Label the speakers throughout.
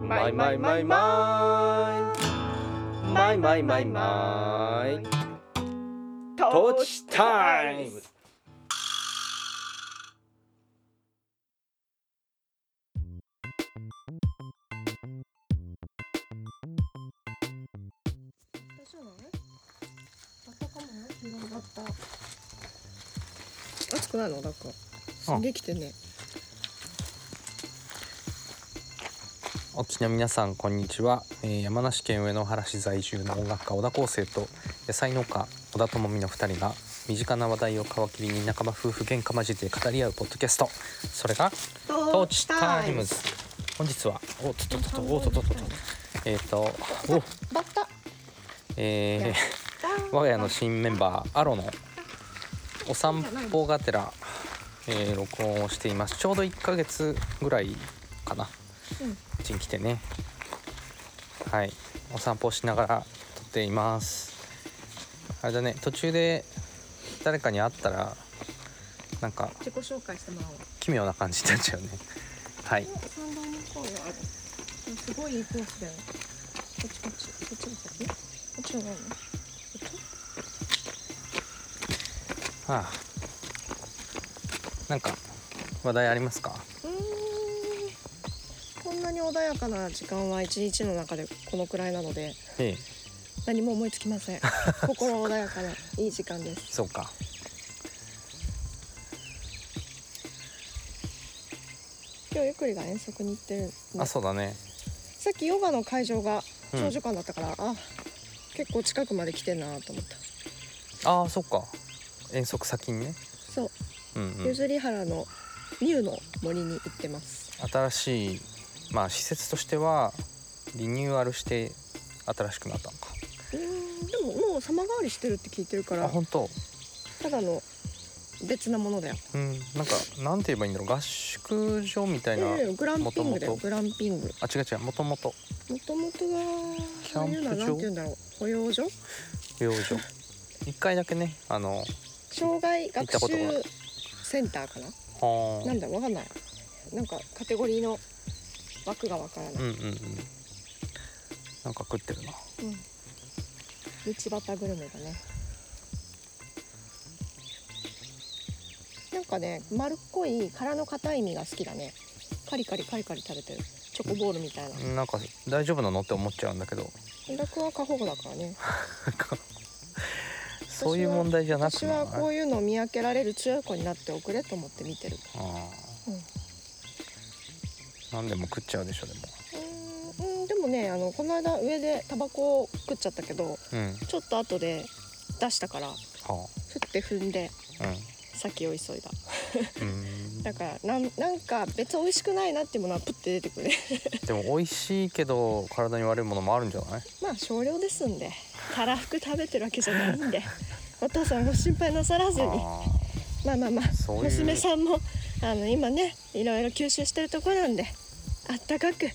Speaker 1: マイマイマイマイマイマイマイマイトーチタイム
Speaker 2: 大丈夫なのまたかもね広がった熱くないのなんかすげえきてんね
Speaker 3: お聞きの皆さんこんにちは、えー山梨県上野原市在住の音楽家小田康生と野菜農家小田智美の2人が身近な話題を皮切りに仲間夫婦喧嘩交じって語り合うポッドキャストそれが「トーチタイムズ」本日はおっとっとっとっとおっとっとっとっとえっ、とお
Speaker 2: バッタ
Speaker 3: えー、我が家の新メンバーアロのお散歩がてら、えー録音をしていますちょうど1ヶ月ぐらいかな
Speaker 2: うん
Speaker 3: うちに来てねはいお散歩しながら撮っていますあれだね途中で誰かに会ったらなんか
Speaker 2: 自己紹介してもらおう
Speaker 3: 奇妙な感じになっちゃうねはい
Speaker 2: 参道の方があるすごいいいコースだよこっちこっちこっちの先こっちじゃないのこっち
Speaker 3: はあなんか話題ありますか
Speaker 2: うーんこんなに穏やかな時間は一日の中でこのくらいなので
Speaker 3: ええ
Speaker 2: 何も思いつきま せん心穏やかないい時間です
Speaker 3: そうか
Speaker 2: 今日ゆっくりが遠足に行ってるんで
Speaker 3: あそうだね
Speaker 2: さっきヨガの会場が
Speaker 3: うん
Speaker 2: 長寿館だったから、あ結構近くまで来てんなと思った
Speaker 3: ああそっか遠足先にね
Speaker 2: そう、
Speaker 3: うん、う
Speaker 2: ゆ
Speaker 3: ん、
Speaker 2: ずり原のミュウの森に行ってます
Speaker 3: 新しいまあ施設としてはリニューアルして新しくなったのか
Speaker 2: うーんでももう様変わりしてるって聞いてるか
Speaker 3: あ
Speaker 2: ら
Speaker 3: 本当
Speaker 2: ただの別なものだよ
Speaker 3: うん、なんかなんて言えばいいんだろう合宿所みたいな、
Speaker 2: いやいやグランピングだよ
Speaker 3: 元
Speaker 2: グランピング
Speaker 3: あ違う違うもともと
Speaker 2: もともとは
Speaker 3: キャ
Speaker 2: ああ
Speaker 3: ン
Speaker 2: い
Speaker 3: プ
Speaker 2: う
Speaker 3: 場
Speaker 2: のはなんて言うんだろう保養所
Speaker 3: 養女一回だけねあの
Speaker 2: 障
Speaker 3: 行
Speaker 2: 害
Speaker 3: っ
Speaker 2: 学
Speaker 3: た
Speaker 2: 習
Speaker 3: ことが
Speaker 2: センターかな
Speaker 3: は
Speaker 2: なん
Speaker 3: ー
Speaker 2: だわかんないなんかカテゴリーの枠がわからない、
Speaker 3: うんうんうんなんか食ってるな
Speaker 2: うん、道端グルメだねなんかね丸っこい殻の硬い実が好きだねカリカリカリカリ食べてるチョコボールみたいな
Speaker 3: なんか大丈夫なのって思っちゃうんだけど
Speaker 2: 医学は過保護だからね
Speaker 3: そういう問題じゃなく
Speaker 2: 私
Speaker 3: ない
Speaker 2: はこういうのを見分けられる強い子になっておくれと思って見てる
Speaker 3: あー
Speaker 2: うん
Speaker 3: 何でも食っちゃうでしょでも
Speaker 2: うーんうんでもねあのこの間上でタバコを食っちゃったけど
Speaker 3: うん
Speaker 2: ちょっと後で出したから
Speaker 3: は
Speaker 2: 振って踏んで
Speaker 3: あ
Speaker 2: 先を急いだ
Speaker 3: うんうん
Speaker 2: だからなんなんか別に美味しくないなってものはプッて出てくる
Speaker 3: でも美味しいけど体に悪いものもあるんじゃない
Speaker 2: まあ少量ですんでたらふく食べてるわけじゃない んでお父さんご心配なさらずに
Speaker 3: あ
Speaker 2: まあまあまあ
Speaker 3: ーそういう
Speaker 2: 娘さんもあの今ねいろいろ吸収してるとこなんであったかく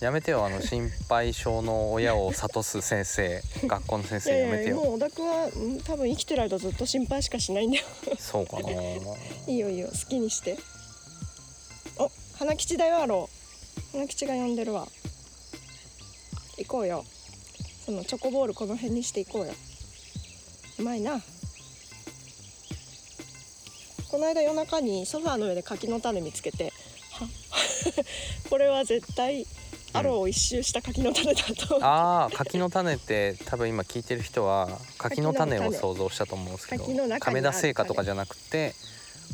Speaker 3: やめてよあの心配性の親を諭す先生学校の先
Speaker 2: い
Speaker 3: 生や
Speaker 2: や
Speaker 3: め
Speaker 2: い
Speaker 3: て
Speaker 2: や
Speaker 3: よ
Speaker 2: もう小田君はうん多分生きてる間ずっと心配しかしないんだよ
Speaker 3: そう かない
Speaker 2: いよいいよ好きにしてお花吉だよアロー花吉が呼んでるわ行こうよそのチョコボールこの辺にして行こうようまいなこの間夜中にソファーの上で柿の種見つけては これは絶対アローを一周した柿の種だと、
Speaker 3: あー柿の種って多分今聞いてる人は柿の種を想像したと思うんですけど
Speaker 2: 柿の中にある種
Speaker 3: 亀田製菓とかじゃなくて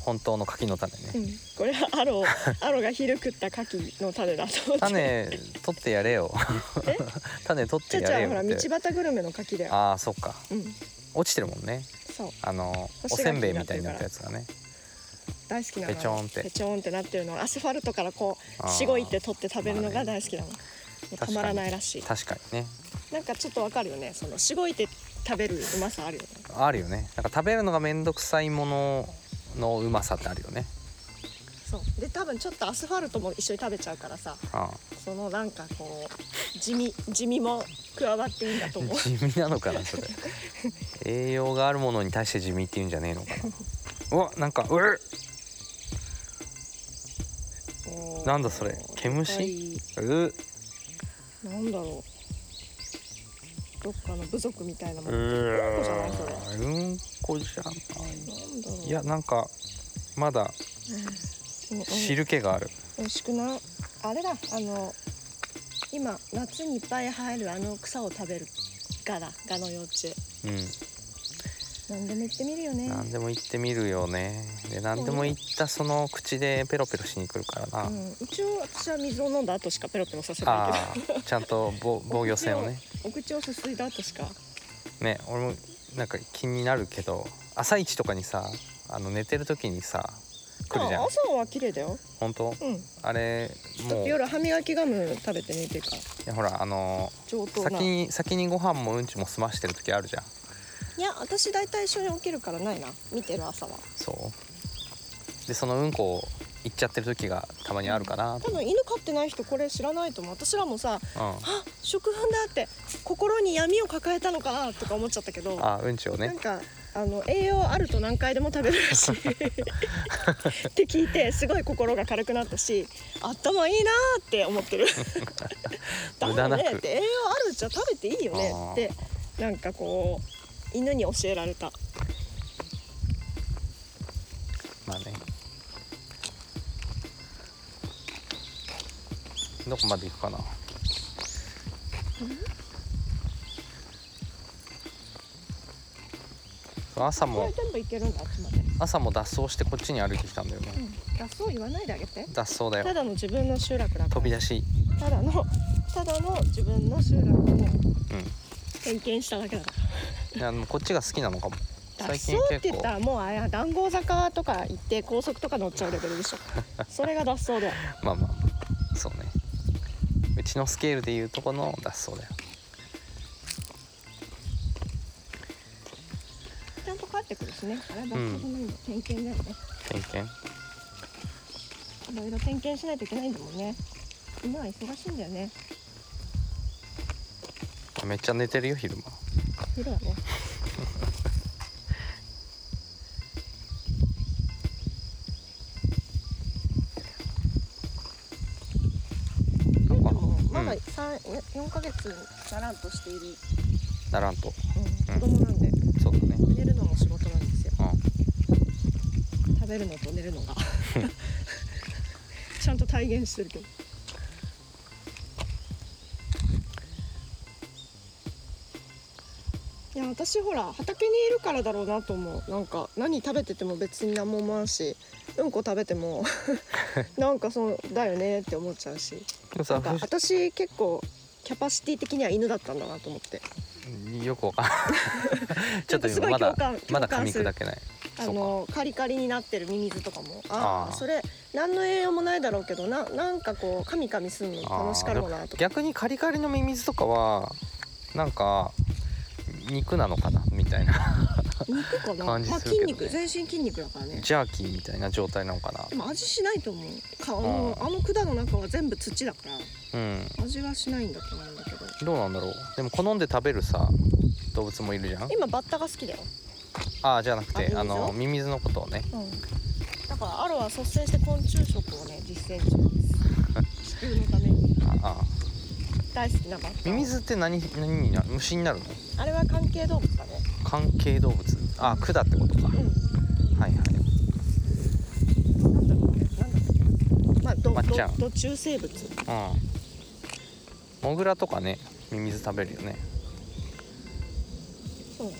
Speaker 3: 本当の柿の 種
Speaker 2: う
Speaker 3: ね
Speaker 2: ん、これはア ローアローが昼食った柿の種だと思って
Speaker 3: 種取ってやれよ 種取っ
Speaker 2: ち
Speaker 3: て
Speaker 2: ゃ
Speaker 3: や
Speaker 2: ち
Speaker 3: れ
Speaker 2: ゃ
Speaker 3: よ
Speaker 2: ほら
Speaker 3: っ
Speaker 2: 道
Speaker 3: て
Speaker 2: 端グルメの柿だよ。
Speaker 3: ああそっか
Speaker 2: うん、
Speaker 3: 落ちてるもんね
Speaker 2: そう
Speaker 3: あのお
Speaker 2: 干し
Speaker 3: せん
Speaker 2: 柿
Speaker 3: べい
Speaker 2: にな
Speaker 3: み
Speaker 2: って
Speaker 3: たい
Speaker 2: る
Speaker 3: に
Speaker 2: か
Speaker 3: なっ
Speaker 2: ら
Speaker 3: たやつがね
Speaker 2: 大好きなの。
Speaker 3: ぺちょんって
Speaker 2: ぺちょんってなってるのをアスファルトからこ
Speaker 3: あ
Speaker 2: う
Speaker 3: ー
Speaker 2: しごいて取って食べるの
Speaker 3: ま
Speaker 2: が
Speaker 3: あね
Speaker 2: 大好きなの。もう
Speaker 3: 確か
Speaker 2: た
Speaker 3: に
Speaker 2: まらないらしい。
Speaker 3: 確かにね
Speaker 2: なんかちょっとわかるよね。そのしごいて食べるうまさあるよね。
Speaker 3: あるよねなんか食べるのがめんどくさいもののうまさってあるよね
Speaker 2: そう。で多分ちょっとアスファルトも一緒に食べちゃうからさ、
Speaker 3: ああ
Speaker 2: そのなんかこう地味地味も加わっていいんだと思う。
Speaker 3: 地味なのかな それ栄養があるものに対して地味って言うんじゃねえのかな うわなんかうるなんだそれ毛虫
Speaker 2: はい
Speaker 3: っう
Speaker 2: なんだろうどっかの部族みたいなも
Speaker 3: う
Speaker 2: のうんこじゃないそれ
Speaker 3: ーんうんこじゃない
Speaker 2: なんだろう
Speaker 3: いやなんかまだ
Speaker 2: うんうん
Speaker 3: 汁気がある
Speaker 2: 美味しくないあれだあの今夏にいっぱい生えるあの草を食べるガだガの幼虫
Speaker 3: うん
Speaker 2: 何でも言ってみるよね
Speaker 3: 何でも言ってみるよねで何でも言ったその口でペロペロしに来るからな、
Speaker 2: うん、一応私は水を飲んだ後しかペロペロさせない
Speaker 3: ああちゃんと防防御線をね
Speaker 2: けどお口をすすいだ後しか
Speaker 3: ね俺もなんか気になるけど朝一とかにさあの寝てる時にさ来るじゃ
Speaker 2: あ
Speaker 3: ん
Speaker 2: 朝は綺麗だよ
Speaker 3: 本当
Speaker 2: うん
Speaker 3: あれもうい
Speaker 2: 夜歯磨きガム食べてみてるから
Speaker 3: やほらあの
Speaker 2: 上等な
Speaker 3: 先
Speaker 2: い
Speaker 3: に先にご飯もうんちも済ましてる時あるじゃん
Speaker 2: や私大体一緒に起きるからないな見てる朝は
Speaker 3: そうでそのうんこを行っちゃってる時がたまにあるかな、うん
Speaker 2: 多分犬飼ってない人これ知らないと思う私らもさあ食粉だって心に闇を抱えたのかなとか思っちゃったけど、
Speaker 3: あうんちを
Speaker 2: な
Speaker 3: ね
Speaker 2: んかあの栄養あると何回でも食べるらしいって聞いてすごい心が軽くなったし頭いいなーって思ってる だ
Speaker 3: 無駄
Speaker 2: よ
Speaker 3: なく
Speaker 2: ねって栄養あるじゃ食べていいよね
Speaker 3: あー
Speaker 2: ってなんかこう犬に教えられた
Speaker 3: まあねどこまで行くかなそう朝
Speaker 2: これ
Speaker 3: も
Speaker 2: 全部いけるんだあっちまで、
Speaker 3: 朝も脱走してこっちに歩いてきたんだよ
Speaker 2: う
Speaker 3: ね
Speaker 2: ん、だそう言わないであげて
Speaker 3: 脱走だ
Speaker 2: た
Speaker 3: よ
Speaker 2: だの自分の集落だから
Speaker 3: 飛び出した
Speaker 2: だのただの自分の集落を
Speaker 3: う
Speaker 2: 点検しただけだから
Speaker 3: んいやでもこっちが好きなのかも
Speaker 2: 脱
Speaker 3: 最
Speaker 2: 走
Speaker 3: 近
Speaker 2: って
Speaker 3: 結
Speaker 2: 言っ
Speaker 3: 構
Speaker 2: たらもうあれは談合坂とか行って高速とか乗っちゃうレベルでしょそれが脱走だよ
Speaker 3: まあまあそうねうちのスケールでいうとこの脱走だよ
Speaker 2: ちゃんと帰ってくるしねあれは脱走じゃないんだ、点検だよね
Speaker 3: 点検
Speaker 2: いろいろ点検しないといけないんだもんね今は忙しいんだよね
Speaker 3: めっちゃ寝てるよ昼間
Speaker 2: 昼はねでもまだ
Speaker 3: うん
Speaker 2: 三4ヶ月だらんとしている、
Speaker 3: ならんと
Speaker 2: うん、子供なんで
Speaker 3: そうだね
Speaker 2: 寝るのも仕事なんですよ
Speaker 3: うん
Speaker 2: 食べるのと寝るのがちゃんと体現してるけどいや私ほら畑にいるからだろうなと思うなんか何食べてても別に何も思わんしうんこ食べてもなんかそうだよねって思っちゃうし
Speaker 3: でも
Speaker 2: な
Speaker 3: さ
Speaker 2: んか私結構キャパシティ的には犬だったんだなと思って
Speaker 3: よくわかんない ちょっと
Speaker 2: なんかすご
Speaker 3: 今ま
Speaker 2: い
Speaker 3: だ
Speaker 2: 共感
Speaker 3: まだ噛
Speaker 2: 共感
Speaker 3: み
Speaker 2: する
Speaker 3: 砕けない
Speaker 2: あ
Speaker 3: そう
Speaker 2: のカリカリになってるミミズとかもあ
Speaker 3: あ
Speaker 2: あ
Speaker 3: ー
Speaker 2: それ何の栄養もないだろうけどななんかこうカミカミするの
Speaker 3: か
Speaker 2: 楽しかろうなと
Speaker 3: あー
Speaker 2: か
Speaker 3: 逆にカリカリのミミズとかはなんか肉なのかなみたいな
Speaker 2: 肉かな、
Speaker 3: 感じ
Speaker 2: まあ、
Speaker 3: する
Speaker 2: 筋
Speaker 3: けどね
Speaker 2: 肉全身筋肉だからね
Speaker 3: ジャーキーみたいな状態なのかな
Speaker 2: でも味しないと思うかあの
Speaker 3: あー
Speaker 2: あの管の中は全部土だから
Speaker 3: うん
Speaker 2: 味はしないんだと思うんだけど
Speaker 3: どうなんだろうでも好んで食べるさ動物もいるじゃん
Speaker 2: 今バッタが好きだよ、
Speaker 3: ああじゃなくてあ
Speaker 2: あミミズ
Speaker 3: のミミズのことをね
Speaker 2: うん、だからアロは率先して昆虫食をね実践中で す地球のために
Speaker 3: ああ
Speaker 2: 大好きなバッタ
Speaker 3: ミ
Speaker 2: を
Speaker 3: ミズって何何になる虫になるの
Speaker 2: あれは関係動物だね
Speaker 3: 関係動物ああ管ってことかは
Speaker 2: う
Speaker 3: いはい
Speaker 2: んなんだろうねなんだっけまあど
Speaker 3: まっちゃん
Speaker 2: どど中生物
Speaker 3: うんモグラとかねミミズ食べるよね
Speaker 2: そうだね。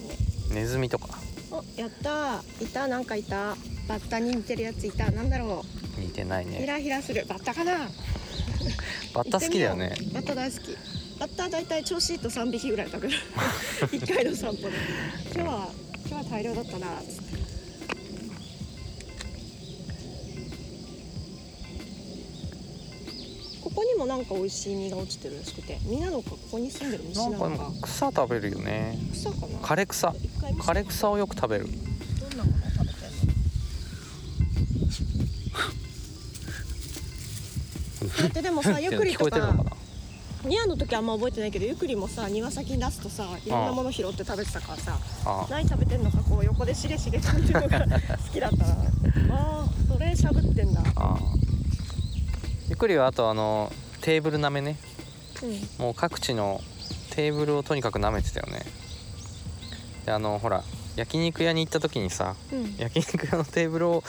Speaker 3: ネズミとか
Speaker 2: お、やったー。いた、なんかいた。バッタに似てるやついた。なんだろ。
Speaker 3: 似てないう
Speaker 2: ヒ
Speaker 3: ね
Speaker 2: ラヒラする。バッタかな。
Speaker 3: バッタ好きだよね
Speaker 2: 行ってみうバッタ大好き。バッタ大体調子いいと三匹ぐらい食べる。 一回の散歩で。今日は今日は大量だったなーっつって。ここにもなんか美味しい実が落ちてるらしくて、実なのかここに住んでる虫
Speaker 3: な
Speaker 2: な
Speaker 3: か
Speaker 2: んの
Speaker 3: で
Speaker 2: か
Speaker 3: も草食べるよね
Speaker 2: 草かな。
Speaker 3: 枯れ草
Speaker 2: 一回見せ
Speaker 3: 枯れ草をよく食べる
Speaker 2: どんなもの食べてんの？だってでもさ、ゆっくり
Speaker 3: 聞ことえてるの
Speaker 2: か
Speaker 3: かな
Speaker 2: ニアの時あんま覚えてないけどゆっくりもさ庭先に出すとさいろんなもの拾って食べてたか らさ
Speaker 3: ああ
Speaker 2: 何食べてんのかこう横でしげしげ食べてるのが好きだったなあーそれしゃぶってんだ
Speaker 3: ああゆっくりはあとあのテーブルなめね
Speaker 2: うん
Speaker 3: もう各地のテーブルをとにかく舐めてたよねであのほら焼肉屋に行った時にさ
Speaker 2: うん
Speaker 3: 焼肉屋のテーブルを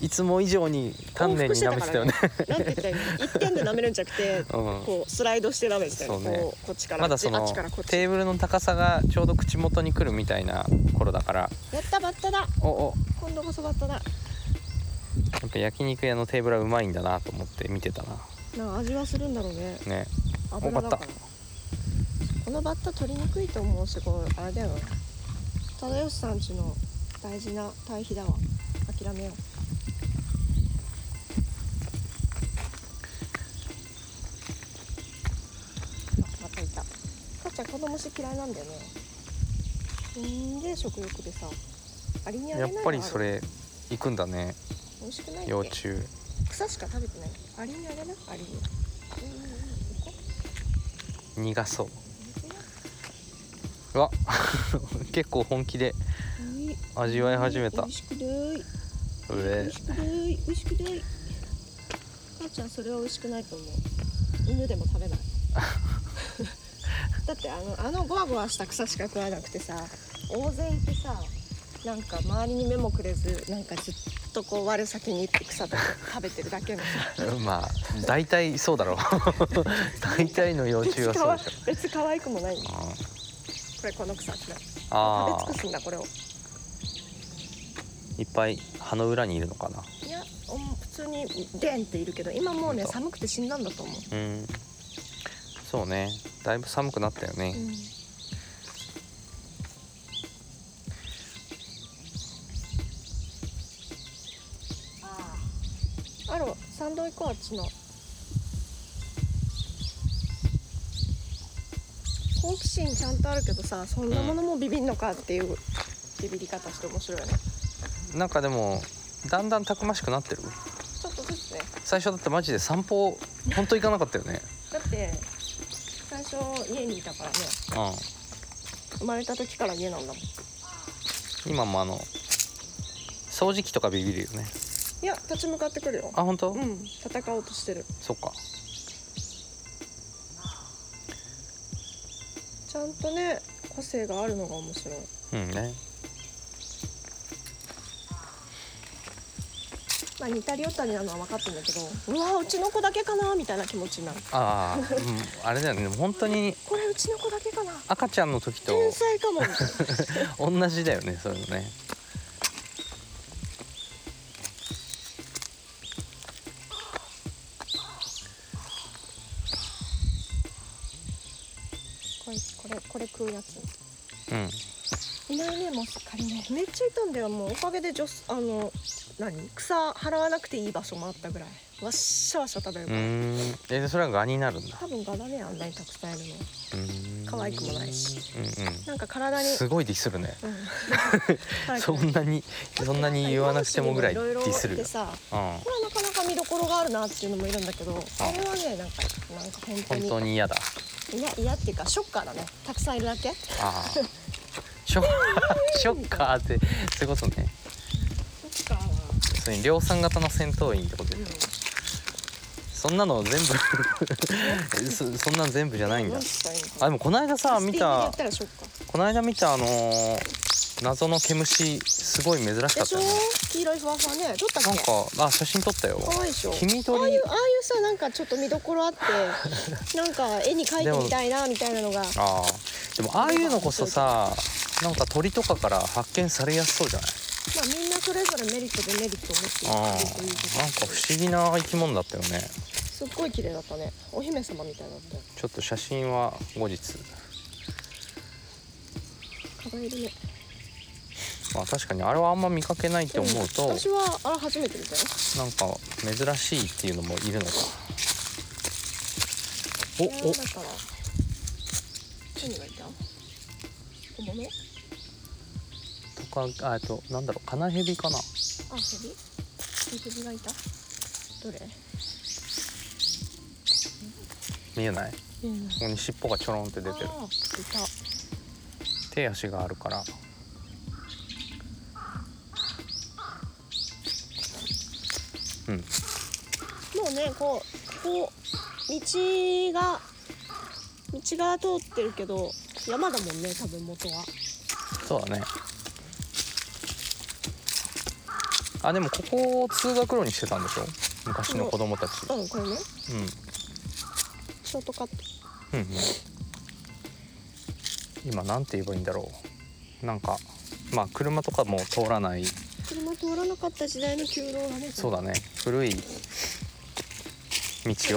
Speaker 3: いつも以上に丹念に舐めてたよね
Speaker 2: なんて言ったらいいの一点で舐めるんじゃなくて
Speaker 3: うん
Speaker 2: こうスライドして舐めてたよね
Speaker 3: そうね
Speaker 2: こうこっちか
Speaker 3: ま
Speaker 2: らこ
Speaker 3: だ
Speaker 2: っち
Speaker 3: その
Speaker 2: あっちからこっち
Speaker 3: テーブルの高さがちょうど口元に来るみたいな頃だから
Speaker 2: やったバッタだ
Speaker 3: おお
Speaker 2: 今度こそバッタだ
Speaker 3: やっぱ焼肉屋のテーブルはうまいんだなと思って見てたな
Speaker 2: なんか味はするんだろうね
Speaker 3: ね
Speaker 2: 油だか
Speaker 3: お
Speaker 2: ら
Speaker 3: バッ
Speaker 2: このバッタ取りにくいと思うしこうあれだよ忠義さんちの大事な堆肥だわ諦めようあまたいた母ちゃんこの虫嫌いなんだよねんで食欲でさアリにあげ
Speaker 3: や
Speaker 2: な
Speaker 3: っ
Speaker 2: いの
Speaker 3: ぱりそれ行くんだね
Speaker 2: あ美味しくない
Speaker 3: 幼
Speaker 2: っけ
Speaker 3: 虫
Speaker 2: 草しか食べてないアリにあげなアリにうんうんうん行こう
Speaker 3: 逃がそう
Speaker 2: 行く
Speaker 3: う
Speaker 2: よ
Speaker 3: わ 結構本気で味わい始めた
Speaker 2: 美味しくない。美
Speaker 3: 上
Speaker 2: 味しくない。美味しくない。母ちゃんそれは美味しくないと思う。犬で も食べない。だってあのあのゴワゴワした草しか食わなくてさ、大勢いてさ、なんか周りに目もくれず、なんかずっとこう悪先に行って草とか食べてるだけのさ。
Speaker 3: まあ大体そうだろう 大体の幼虫は そうでしょ
Speaker 2: 別可愛くもない。こ
Speaker 3: うん
Speaker 2: れこの草ってな。
Speaker 3: あ
Speaker 2: 食べ
Speaker 3: あ
Speaker 2: 尽くすんだこれを。
Speaker 3: いっぱい葉の裏にいるのかない
Speaker 2: や、お普通にデンっているけど、今もうね
Speaker 3: 本当
Speaker 2: 寒くて死んだんだと思う。
Speaker 3: うんそうねだいぶ寒くなったよね、
Speaker 2: うんあろサンドイコーチの好奇心ちゃんとあるけどさそんなものもビビんのかっていうビビり方して面白いよね
Speaker 3: なんかでもだんだんたくましくなってる
Speaker 2: ちょっとずつね
Speaker 3: 最初だってマジで散歩本当行かなかったよね
Speaker 2: だって最初家にいたからね
Speaker 3: う
Speaker 2: 生まれた時から家なんだもん
Speaker 3: ん今もあの掃除機とかビビるよね
Speaker 2: いや立ち向かってくるよ
Speaker 3: あ本当、
Speaker 2: うん戦おうとしてる
Speaker 3: そっか
Speaker 2: ちゃんとね個性があるのが面白い
Speaker 3: うんね
Speaker 2: まあ似たり寄ったりなのは分かってんだけどうわうちの子だけかなみたいな気持ちになる
Speaker 3: ああ、うん、あれだよね本当に
Speaker 2: これうちの子だけかな
Speaker 3: 赤ちゃんの時と
Speaker 2: 天才 かもみたいな
Speaker 3: 同じだよねそういうのね
Speaker 2: これこれこれ食うやつ
Speaker 3: うん
Speaker 2: いないねもうすっかりねめっちゃいたんだよもうおかげで女子あの何草払わなくていい場所もあったぐらいわっしゃわっしゃ食べる
Speaker 3: う
Speaker 2: から、
Speaker 3: ーんえそれは蛾になるんだ
Speaker 2: 多分ガだねあんなにたくさんいる
Speaker 3: う
Speaker 2: の
Speaker 3: ーん
Speaker 2: 可愛くもないし
Speaker 3: うん
Speaker 2: なんか
Speaker 3: う
Speaker 2: 体
Speaker 3: ん
Speaker 2: に
Speaker 3: すごいディスるね
Speaker 2: う ん
Speaker 3: そんなにそんなに言わなくてもぐらいデ
Speaker 2: なんか今の
Speaker 3: ィ
Speaker 2: 人
Speaker 3: ス
Speaker 2: にも
Speaker 3: る
Speaker 2: いろいろいて
Speaker 3: よ
Speaker 2: さ
Speaker 3: うん
Speaker 2: これはなかなか見どころがあるなっていうのもいるんだけどあれはねなんかなんか本当
Speaker 3: 本
Speaker 2: に
Speaker 3: 当に嫌だ
Speaker 2: いやいやっていうかショッカーだねたくさんいるだけ
Speaker 3: ああショッショッカーってそういうことね
Speaker 2: ショッカーは、
Speaker 3: 要するに量産型の戦闘員ってことで
Speaker 2: う
Speaker 3: そんなの全部 そそんなん全部じゃないん
Speaker 2: ん、
Speaker 3: だ
Speaker 2: 何したらいいのか
Speaker 3: あでもこの間さ
Speaker 2: スピード
Speaker 3: 見
Speaker 2: で言
Speaker 3: た
Speaker 2: ったらショッカー
Speaker 3: この間見たあのー謎の毛虫すごい珍しかっ
Speaker 2: でしたょ
Speaker 3: よね
Speaker 2: 黄色いふわふわね撮ったっ
Speaker 3: なん
Speaker 2: け
Speaker 3: かあ写真撮ったよ
Speaker 2: 可愛いでしょ
Speaker 3: 黄緑
Speaker 2: ああいうああいうさなんかちょっと見どころあって なんか絵に描いてみたいなみたいなのが
Speaker 3: あーでもああいうのこそさなんか鳥とかから発見されやすそうじゃない
Speaker 2: まあみんなそれぞれメリットデメリットを持ってい
Speaker 3: あ
Speaker 2: くということ
Speaker 3: ーなんか不思議な生き物だったよね
Speaker 2: すっごい綺麗だったねお姫様みたいだったよ
Speaker 3: ちょっと写真は後日
Speaker 2: 蚊がいるね
Speaker 3: まあ確かにあれはあんま見かけないって思うと
Speaker 2: ん私はあれ初めて見たよ
Speaker 3: なんか珍しいっていうのもいるのかお
Speaker 2: これ
Speaker 3: お
Speaker 2: はだから何がいた小物あ
Speaker 3: とかあえっとなんだろうカナヘビかな
Speaker 2: 蛇蛇がいたどれ
Speaker 3: 見えないこ
Speaker 2: うん
Speaker 3: こに尻尾がちょろんって出てる
Speaker 2: あーいた
Speaker 3: 手足があるからうん
Speaker 2: もうねこうこう道が道が通ってるけど山だもんね多分元は
Speaker 3: そうだねあでもここを通学路にしてたんでしょ昔の子供たち
Speaker 2: うんこれね
Speaker 3: うん
Speaker 2: ショートカット
Speaker 3: うんうん今なんて言えばいいんだろうなんかまあ車とかも通らない
Speaker 2: 車通らなかった時代の旧道だね
Speaker 3: そうだね古い道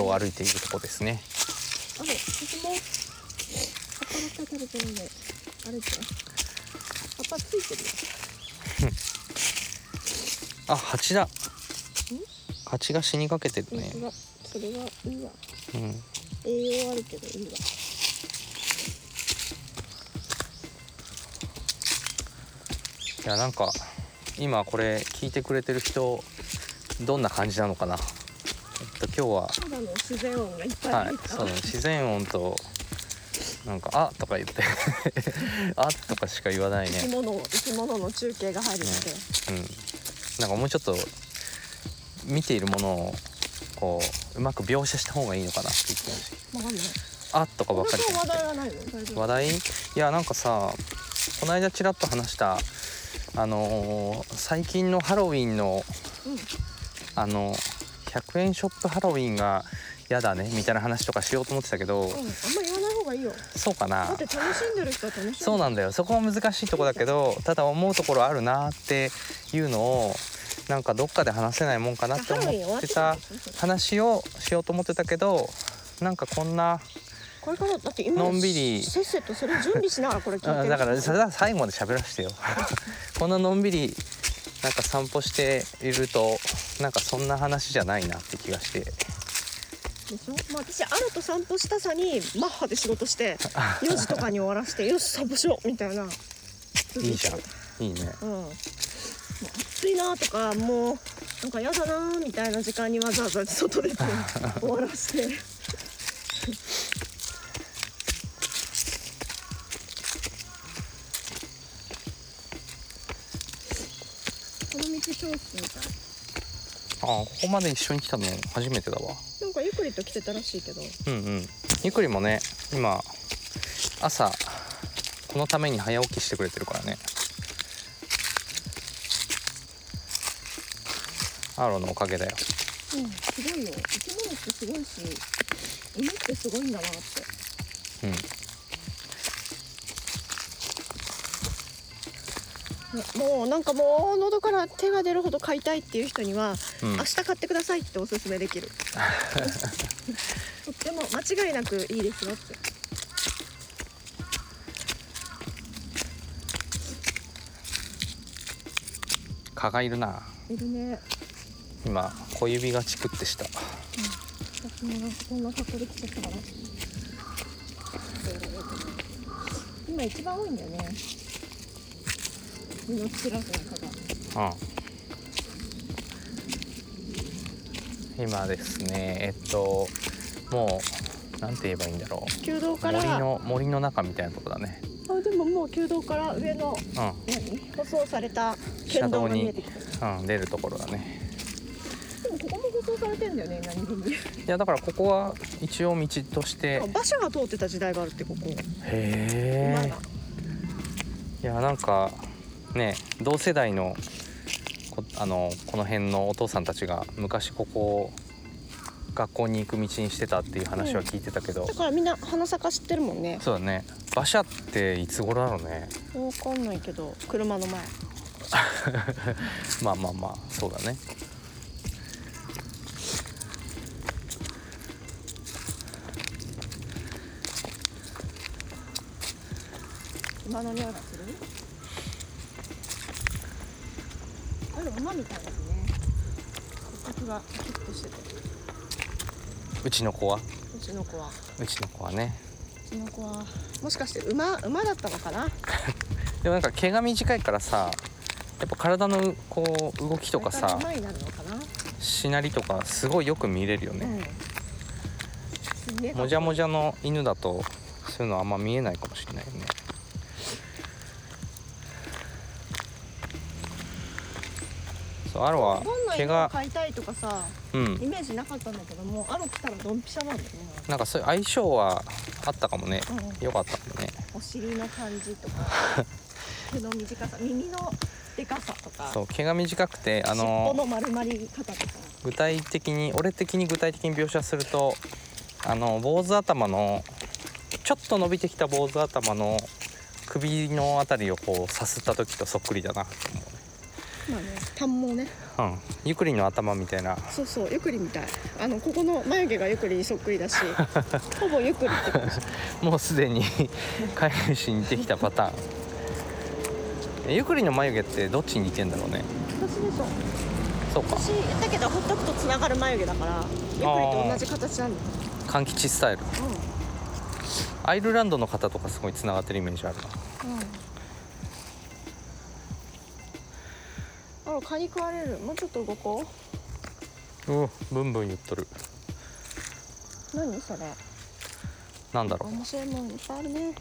Speaker 3: を歩いているとこですね
Speaker 2: あれ私も葉っぱばっかり食べてるんで歩いて葉っぱついてるよ
Speaker 3: あ蜂だ蜂が死にかけてるね
Speaker 2: 本当だそれはいいわ
Speaker 3: うん
Speaker 2: 栄養あるけどいいわ
Speaker 3: いやなんか今これ聞いてくれてる人どんな感じなのかなえっと今日は
Speaker 2: ただの自然音がいっぱい
Speaker 3: は
Speaker 2: 入っ
Speaker 3: い、
Speaker 2: た
Speaker 3: そうだね自然音となんか「あ」とか言って 「あ」とかしか言わない
Speaker 2: 生き
Speaker 3: ね、
Speaker 2: 物生き物の中継が入るので、
Speaker 3: うん、なんかもうちょっと見ているものをこううまく描写した方がいいのかなって言って
Speaker 2: わかんない
Speaker 3: あ」とかばっかり
Speaker 2: 私
Speaker 3: 言
Speaker 2: は
Speaker 3: っ
Speaker 2: 話
Speaker 3: て
Speaker 2: 題はないの大丈夫
Speaker 3: 話題いやなんかさこの間ちらっと話したあのー最近のハロウィンの
Speaker 2: うん
Speaker 3: あの100円ショップハロウィンが嫌だねみたいな話とかしようと思ってたけど
Speaker 2: うん、あんま言わない方がいいよ
Speaker 3: そうか
Speaker 2: だ
Speaker 3: な
Speaker 2: って楽しんでる人は楽しんでる
Speaker 3: そうなんだよそこは難しいとこだけどただ思うところあるなっていうのをなんかどっかで話せないもんかなって
Speaker 2: ハロウィン終
Speaker 3: 思っ
Speaker 2: わってて
Speaker 3: た
Speaker 2: た
Speaker 3: 話をしようと思ってたけどなんかこんな
Speaker 2: これからだって今
Speaker 3: のんびり
Speaker 2: せっせとそれ準備しながらこれ聞いて
Speaker 3: あ
Speaker 2: る
Speaker 3: だからそれは最後まで喋らせてよ こんなのんびりなんか散歩しているとなんかそんな話じゃないなって気がして
Speaker 2: でしょ、まあ、私アロと散歩したさにマッハで仕事 して4時とかに終わらせてよし散歩しようみたいないい
Speaker 3: いじゃんいいね
Speaker 2: うんもう暑いなとかもうなんか嫌だなみたいな時間にわざわざ外出て終わらしてこの道超好きみたい
Speaker 3: あここまで一緒に来たの初めてだわ
Speaker 2: なんかゆっくりと来てたらしいけど
Speaker 3: うんうんゆくりもね今朝このために早起きしてくれてるからねアロのおかげだよ
Speaker 2: うん、すごいよ。生き物ってすごいし、犬ってすごいんだなって。
Speaker 3: うん
Speaker 2: もうなんかもう喉から手が出るほど買いたいっていう人には、
Speaker 3: うん
Speaker 2: 明日買ってくださいっておすすめでき る。とっても間違いなくいいですよって。
Speaker 3: 蚊がいるない
Speaker 2: るね。
Speaker 3: 今小指がチクってした
Speaker 2: 私もなんかこんな格好で来てたから。今一番多いんだよね。のちらす中が。
Speaker 3: うん今ですねえっともうなんて言えばいいんだろ
Speaker 2: 旧道
Speaker 3: う
Speaker 2: か
Speaker 3: 森
Speaker 2: ら。あ、
Speaker 3: の森の中みたいなとこだね
Speaker 2: でももう旧道から上の
Speaker 3: うん
Speaker 2: 何舗装された県道が見えてきた
Speaker 3: うん、出るところだね
Speaker 2: でもここも舗装されてんだよね何分に
Speaker 3: いやだからここは一応道として
Speaker 2: 馬車が通ってた時代があるってここ、
Speaker 3: へ
Speaker 2: 馬
Speaker 3: え
Speaker 2: が
Speaker 3: いやなんかね同世代のこあのこの辺のお父さんたちが昔ここを学校に行く道にしてたっていう話は聞いてたけど、
Speaker 2: だからみんな花坂知ってるもんね
Speaker 3: そうだね馬車っていつ頃なのね
Speaker 2: わかんないけど車の前
Speaker 3: まあまあまあそうだね
Speaker 2: 馬の匂いがするあれ馬みたいですね骨格がキュッとしてて
Speaker 3: うちの子は
Speaker 2: うちの子は
Speaker 3: うちの子はね
Speaker 2: うちの子はもしかして馬馬だったのかな
Speaker 3: でもなんか毛が短いからさやっぱ体のこう動きとか
Speaker 2: これら
Speaker 3: さ
Speaker 2: 馬になるのかな、
Speaker 3: しなりとかすごいよく見れるよ
Speaker 2: う
Speaker 3: ね、
Speaker 2: んすげえかっこいい
Speaker 3: もじゃもじゃの犬だとそういうのあんま見えないかもしれないよねそうアロは
Speaker 2: どんな
Speaker 3: 毛
Speaker 2: 色を
Speaker 3: が
Speaker 2: 買いたいとかさ
Speaker 3: うん
Speaker 2: イメージなかったんだけどもアロ来たらドンピシャなんだよね
Speaker 3: なんかそういう相性はあったかもね
Speaker 2: うんうん
Speaker 3: 良かったかもね
Speaker 2: お尻の感じ とか毛の短さ耳のでかさとか
Speaker 3: そう毛が短くてあ
Speaker 2: 尻尾
Speaker 3: の
Speaker 2: の丸まり方とか
Speaker 3: 具体的に俺的に具体的に描写するとあの坊主頭のちょっと伸びてきた坊主頭の首のあたりをこうさすった時とそっくりだな
Speaker 2: まあね短毛ね
Speaker 3: うんゆくりの頭みたいな
Speaker 2: そうそうゆくりみたいあのここの眉毛がゆくりにそっ くりだしほぼゆくりって感じ
Speaker 3: もうすでに 飼い主に似てきたパターンえゆくりの眉毛ってどっちに似てんだろうね
Speaker 2: 私でしょ
Speaker 3: そうか
Speaker 2: 私だけどほっとくとつながる眉毛だからゆくりと同じ形なんだよ
Speaker 3: 柑橘スタイル
Speaker 2: う
Speaker 3: アイルランドの方とかすごいつながってるイメージあるなん
Speaker 2: うんあら蚊に食われるもうちょっと動こ
Speaker 3: うんブンブン言っとる
Speaker 2: う何それ
Speaker 3: なんだろう
Speaker 2: 面白いもんいっぱいあるね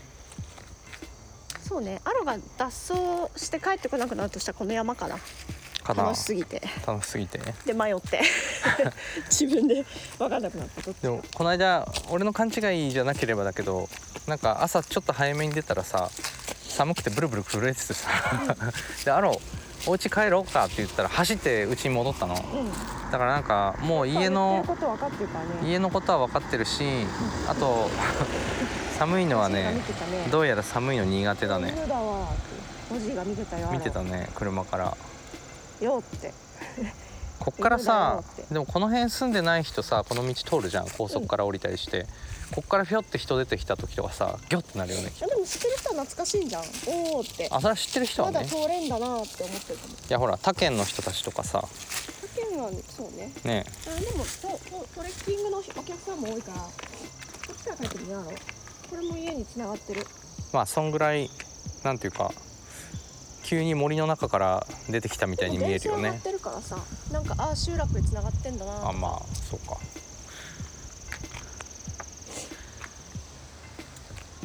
Speaker 2: そうねアロが脱走して帰ってこなくなるとしたらこの山かな
Speaker 3: かな
Speaker 2: 楽しすぎて
Speaker 3: 楽しすぎてね
Speaker 2: で迷って 自分で分かんなくなった
Speaker 3: でもこの間俺の勘違いじゃなければだけどなんか朝ちょっと早めに出たらさ寒くてブルブル震えててさで「あろお家帰ろうか」って言ったら走って家に戻ったの
Speaker 2: うん
Speaker 3: だからなんかもう家
Speaker 2: 言っ
Speaker 3: の
Speaker 2: てること分かってるからね
Speaker 3: 家のことは分かってるしあと寒いのは
Speaker 2: おじいが見
Speaker 3: ね
Speaker 2: てたね
Speaker 3: どうやら寒いの苦手だね
Speaker 2: 冬だわっておじいが見てたよアロ
Speaker 3: 見てたね車から
Speaker 2: よって
Speaker 3: こっからさ
Speaker 2: いろいろあるって
Speaker 3: でもこの辺住んでない人さこの道通るじゃん高速から降りたりして、こっからひょって人出てきた時とかさギョってなるよね
Speaker 2: でも知ってる人は懐かしいんじゃんおおって
Speaker 3: あそれは知ってる人は
Speaker 2: まだ
Speaker 3: ね
Speaker 2: 通れんだなって思ってるかも
Speaker 3: いやほら他県の人たちとかさ
Speaker 2: 他県はそうね
Speaker 3: ね
Speaker 2: あでもトトトレッキングのお客さんも多いからこっちから帰ってみようこれも家に繋がってる
Speaker 3: まあそんぐらいなんていうか急に森の中から出てきたみたいに見えるよ
Speaker 2: でも電線上が
Speaker 3: ね
Speaker 2: ってるからさなんかああ集落に繋がってんだな
Speaker 3: あまあそうか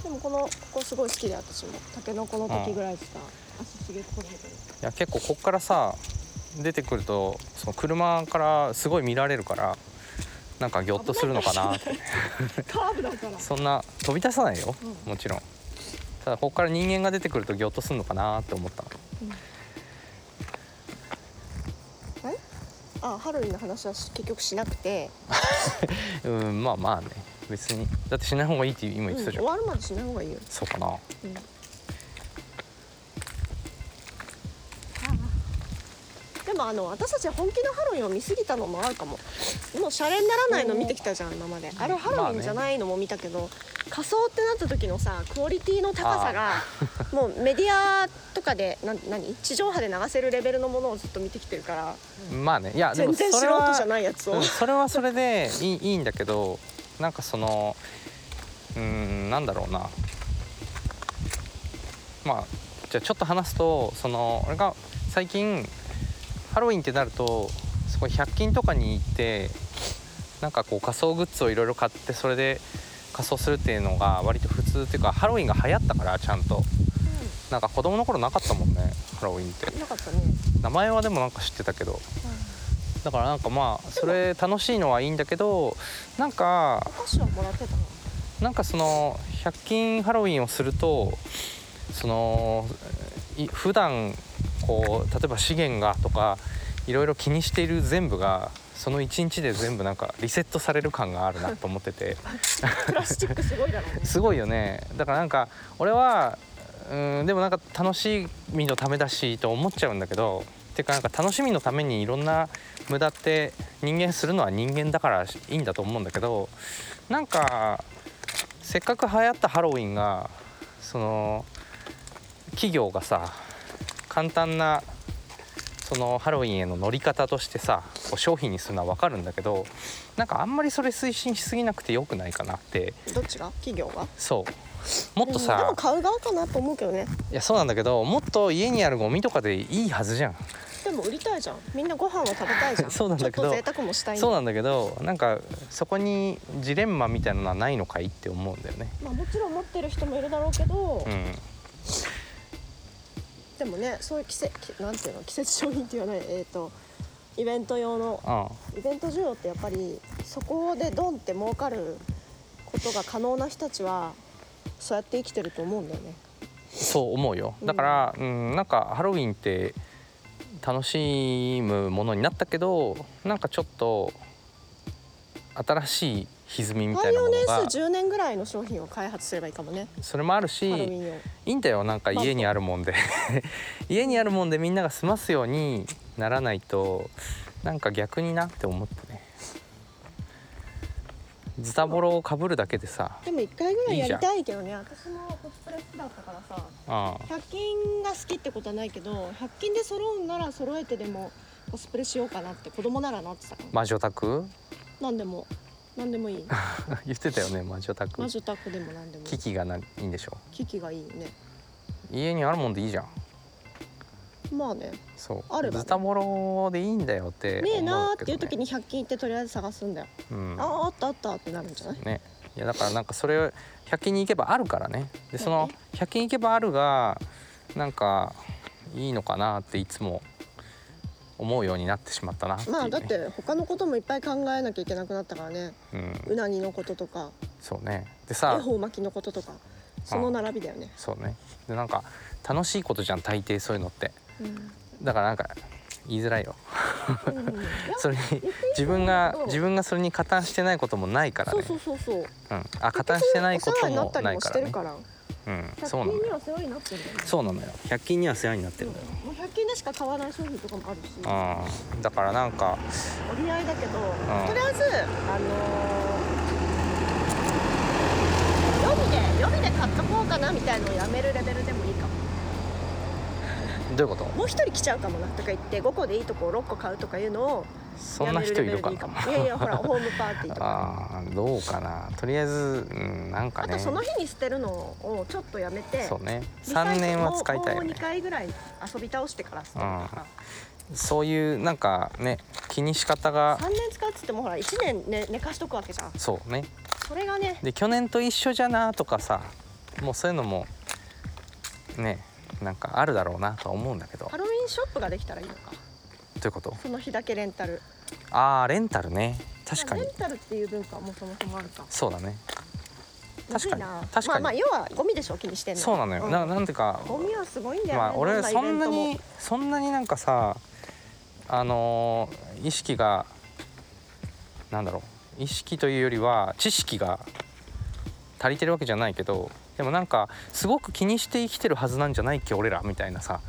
Speaker 2: でもこのここすごい好きで私もタケノコの時ぐらいしか足ちぎってこないけど
Speaker 3: いや結構こっからさ出てくるとその車からすごい見られるからなんかギョッとするのかなって
Speaker 2: カーブ だから
Speaker 3: そんな飛び出さないよ、
Speaker 2: うん
Speaker 3: もちろんただこっから人間が出てくるとギョッとするのかなって思ったの
Speaker 2: えあハロウィンの話は結局しなくて、
Speaker 3: うんまあまあね別にだってしない方がいいって今言
Speaker 2: うん、
Speaker 3: ってたじ
Speaker 2: 終
Speaker 3: ゃん、
Speaker 2: わるまでしない方がいいよ、
Speaker 3: そうかな
Speaker 2: うん、でもあの私たち本気のハロウィンを見すぎたのもあるかももうシャレにならないの見てきたじゃん今まであれハロウィンじゃないのも見たけど、仮想ってなった時のさクオリティの高さが もうメディアとかでな何地上波で流せるレベルのものをずっと見てきてるから
Speaker 3: まあねいやで
Speaker 2: 全
Speaker 3: も
Speaker 2: 然素
Speaker 3: それ
Speaker 2: 人
Speaker 3: は
Speaker 2: じゃないやつを、
Speaker 3: うんそれはそれでいいいいんだけどなんかそのうーんなんだろうなまあじゃあちょっと話すとその俺が最近ハロウィンってなるとすごい100均とかに行ってなんかこう仮装グッズをいろいろ買ってそれで仮装するっていうのが割と普通っていうかハロウィンが流行ったからちゃんとなんか子供の頃なかったもんねハロウィンって
Speaker 2: うんなかったね、
Speaker 3: 名前はでもなんか知ってたけどだからなんかまあそれ楽しいのはいいんだけどなんか
Speaker 2: お菓子はもらってたの
Speaker 3: なんかその100均ハロウィンをするとそのい普段こう例えば資源がとかいろいろ気にしている全部がその1日で全部なんかリセットされる感があるなと思ってて
Speaker 2: プラスチックすごいだろうね
Speaker 3: すごいよねだからなんか俺はうんでもなんか楽しみのためだしと思っちゃうんだけどてかなんか楽しみのためにいろんな無駄って人間するのは人間だからいいんだと思うんだけどなんかせっかく流行ったハロウィンがその企業がさ簡単なそのハロウィンへの乗り方としてさこう商品にするのは分かるんだけどなんかあんまりそれ推進しすぎなくてよくないかなって
Speaker 2: どっちが企業が
Speaker 3: そうもっと
Speaker 2: で
Speaker 3: さ
Speaker 2: も買う側かなと思うけどね
Speaker 3: いやそうなんだけどもっと家にあるゴミとかでいいはずじゃん
Speaker 2: でも売りたいじゃんみんなご飯を食べたいじゃ ん
Speaker 3: そうなんだけど
Speaker 2: ちょっと贅沢もしたい
Speaker 3: そう
Speaker 2: だ
Speaker 3: なんだけどなんかそこにジレンマみたいなのはないのかいって思うんだよね
Speaker 2: まあもちろん持ってる人もいるだろうけど、
Speaker 3: うん
Speaker 2: でもねそういう季節なんていうの季節商品って言わないえっ、とイベント用の
Speaker 3: ああ
Speaker 2: イベント需要ってやっぱりそこでドンって儲かることが可能な人たちはそうやって生きてると思うんだよね
Speaker 3: そう思うよだから、うんなんかハロウィンって楽しむものになったけどなんかちょっと新しい歪みみた
Speaker 2: 耐
Speaker 3: いなも
Speaker 2: 用
Speaker 3: の
Speaker 2: 年
Speaker 3: が
Speaker 2: 数10年ぐらいの商品を開発すればいいかもね
Speaker 3: それもある
Speaker 2: ハロウィ
Speaker 3: し
Speaker 2: ン用
Speaker 3: いいんだよなんか
Speaker 2: まあ
Speaker 3: 家にあるもんで家にあるもんでみんなが済ますようにならないとなんか逆になって思ったねズタボロをかぶるだけでさ
Speaker 2: でも1回ぐらいや
Speaker 3: いいじゃ
Speaker 2: り
Speaker 3: ん
Speaker 2: たいけどね私もコスプレ好きだったからさ
Speaker 3: ああ
Speaker 2: 100均が好きってことはないけど100均で揃うんなら揃えてでもコスプレしようかなって子供ならなってたから
Speaker 3: 魔女宅
Speaker 2: 何でも何でもいい
Speaker 3: 言ってたよね魔女宅
Speaker 2: 魔女宅でも何でもい
Speaker 3: キ
Speaker 2: い
Speaker 3: キがないいんでしょ
Speaker 2: キキがいいよね
Speaker 3: 家にあるもんでいいじゃん
Speaker 2: まあね
Speaker 3: そう
Speaker 2: あればね
Speaker 3: ズタボロでいいんだよって
Speaker 2: ねえな
Speaker 3: 思
Speaker 2: ーっていう時
Speaker 3: けどね
Speaker 2: に100均行ってとりあえず探すんだよ、
Speaker 3: うん
Speaker 2: あああったあったってなるんじゃない
Speaker 3: ねいやだからなんかそれを100均に行けばあるからねでその
Speaker 2: ね
Speaker 3: 100均行けばあるがなんかいいのかなっていつも思うようになってしまったなっていう、ね、
Speaker 2: まあだって他のこともいっぱい考えなきゃいけなくなったからね
Speaker 3: うん
Speaker 2: うなぎのこととか
Speaker 3: そうねで
Speaker 2: 恵
Speaker 3: さ
Speaker 2: 方巻きのこととかその並びだよね、
Speaker 3: そうねでなんか楽しいことじゃん大抵そういうのって
Speaker 2: うん
Speaker 3: だからなんか言いづらいよ
Speaker 2: うんうんいや
Speaker 3: それに
Speaker 2: 言っていい
Speaker 3: 自分が
Speaker 2: そう
Speaker 3: 自分がそれに加担してないこともないから
Speaker 2: そう
Speaker 3: ね
Speaker 2: そうそうそう
Speaker 3: うん、あ加担してないこ
Speaker 2: お世
Speaker 3: と
Speaker 2: 話になっ
Speaker 3: も
Speaker 2: た
Speaker 3: ない
Speaker 2: りも
Speaker 3: か
Speaker 2: して
Speaker 3: らね
Speaker 2: るから
Speaker 3: うんそうな
Speaker 2: 100
Speaker 3: の
Speaker 2: 均に
Speaker 3: よ
Speaker 2: は世話になってるんだよね
Speaker 3: そうなのよ100均には世話になって
Speaker 2: うん
Speaker 3: るのよ、
Speaker 2: もう100均でしか買わない商品とかもあるし
Speaker 3: うん、だからなんか
Speaker 2: 折り合いだけど、
Speaker 3: ん
Speaker 2: とりあえずあのー、予備で予備で買っとこうかなみたいのをやめるレベルでもいいかも
Speaker 3: どういうこと
Speaker 2: もう一人来ちゃうかもなとか言って5個でいいとこ6個買うとかいうのを
Speaker 3: そ
Speaker 2: や
Speaker 3: んな
Speaker 2: める
Speaker 3: 人
Speaker 2: レ
Speaker 3: いる
Speaker 2: ベル
Speaker 3: か
Speaker 2: で
Speaker 3: な
Speaker 2: い
Speaker 3: い
Speaker 2: かもいや いやほらホームパーティーとか
Speaker 3: あーどうかなとりあえず、うん、なんか
Speaker 2: あ
Speaker 3: ね
Speaker 2: とその日に捨てるのをちょっとやめて
Speaker 3: そうね3年は使いたいよ
Speaker 2: もう
Speaker 3: ね
Speaker 2: 2回ぐらい遊び倒してから捨てるから
Speaker 3: そういうなんかね気にし方が
Speaker 2: 3年使うっつってもほら1年寝寝かしとくわけじゃん
Speaker 3: そうね
Speaker 2: それがね
Speaker 3: で去年と一緒じゃなとかさもうそういうのもねなんかあるだろうなとは思うんだけどど
Speaker 2: ハロウィンショップができたらいいのか
Speaker 3: ういうこと
Speaker 2: その日だけレンタル
Speaker 3: あーレンタルね確かに
Speaker 2: レンタルっていう文化はもうそもそもあるか
Speaker 3: そうだね確
Speaker 2: むず
Speaker 3: かに
Speaker 2: いな
Speaker 3: 確
Speaker 2: ま
Speaker 3: か
Speaker 2: あまあ
Speaker 3: に
Speaker 2: 要はゴミでしょ気にしてんの
Speaker 3: そうなのよ
Speaker 2: うん
Speaker 3: ななんていうか
Speaker 2: ゴミはすごいんだよね、
Speaker 3: まあ俺
Speaker 2: どイ
Speaker 3: そ
Speaker 2: ベン
Speaker 3: んな
Speaker 2: トも
Speaker 3: にそんなになんかさあのー意識がなんだろう意識というよりは知識が足りてるわけじゃないけどでもなんかすごく気にして生きてるはずなんじゃないっけ俺らみたいなさ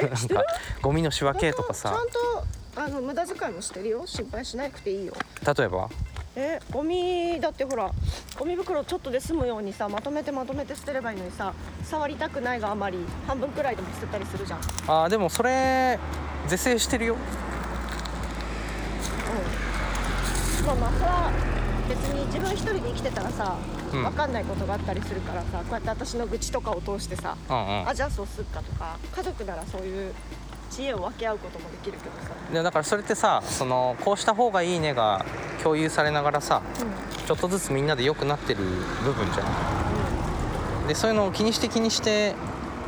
Speaker 3: なんかゴミの仕分けとか
Speaker 2: ち
Speaker 3: さ
Speaker 2: ゃんとあの無駄遣いもしてるよ心配しなくていいよ
Speaker 3: 例えば
Speaker 2: えゴミだってほらゴミ袋ちょっとで済むようにさまとめてまとめて捨てればいいのにさ触りたくないがあまり半分くらいでも捨てたりするじゃん、うん、
Speaker 3: あーでもそれ是正してるよ
Speaker 2: まあまあそれは別に自分一人で生きてたらさ、
Speaker 3: うん
Speaker 2: 分かんないことがあったりするからさこうやって私の愚痴とかを通してさ
Speaker 3: うんうん
Speaker 2: あじゃあそうすっかとか家族ならそういう知恵を分け合うこともできるけどさ、
Speaker 3: でだからそれってさそのこうした方がいいねが共有されながらさ
Speaker 2: うん
Speaker 3: ちょっとずつみんなで良くなってる部分じゃないでそういうのを気にして気にして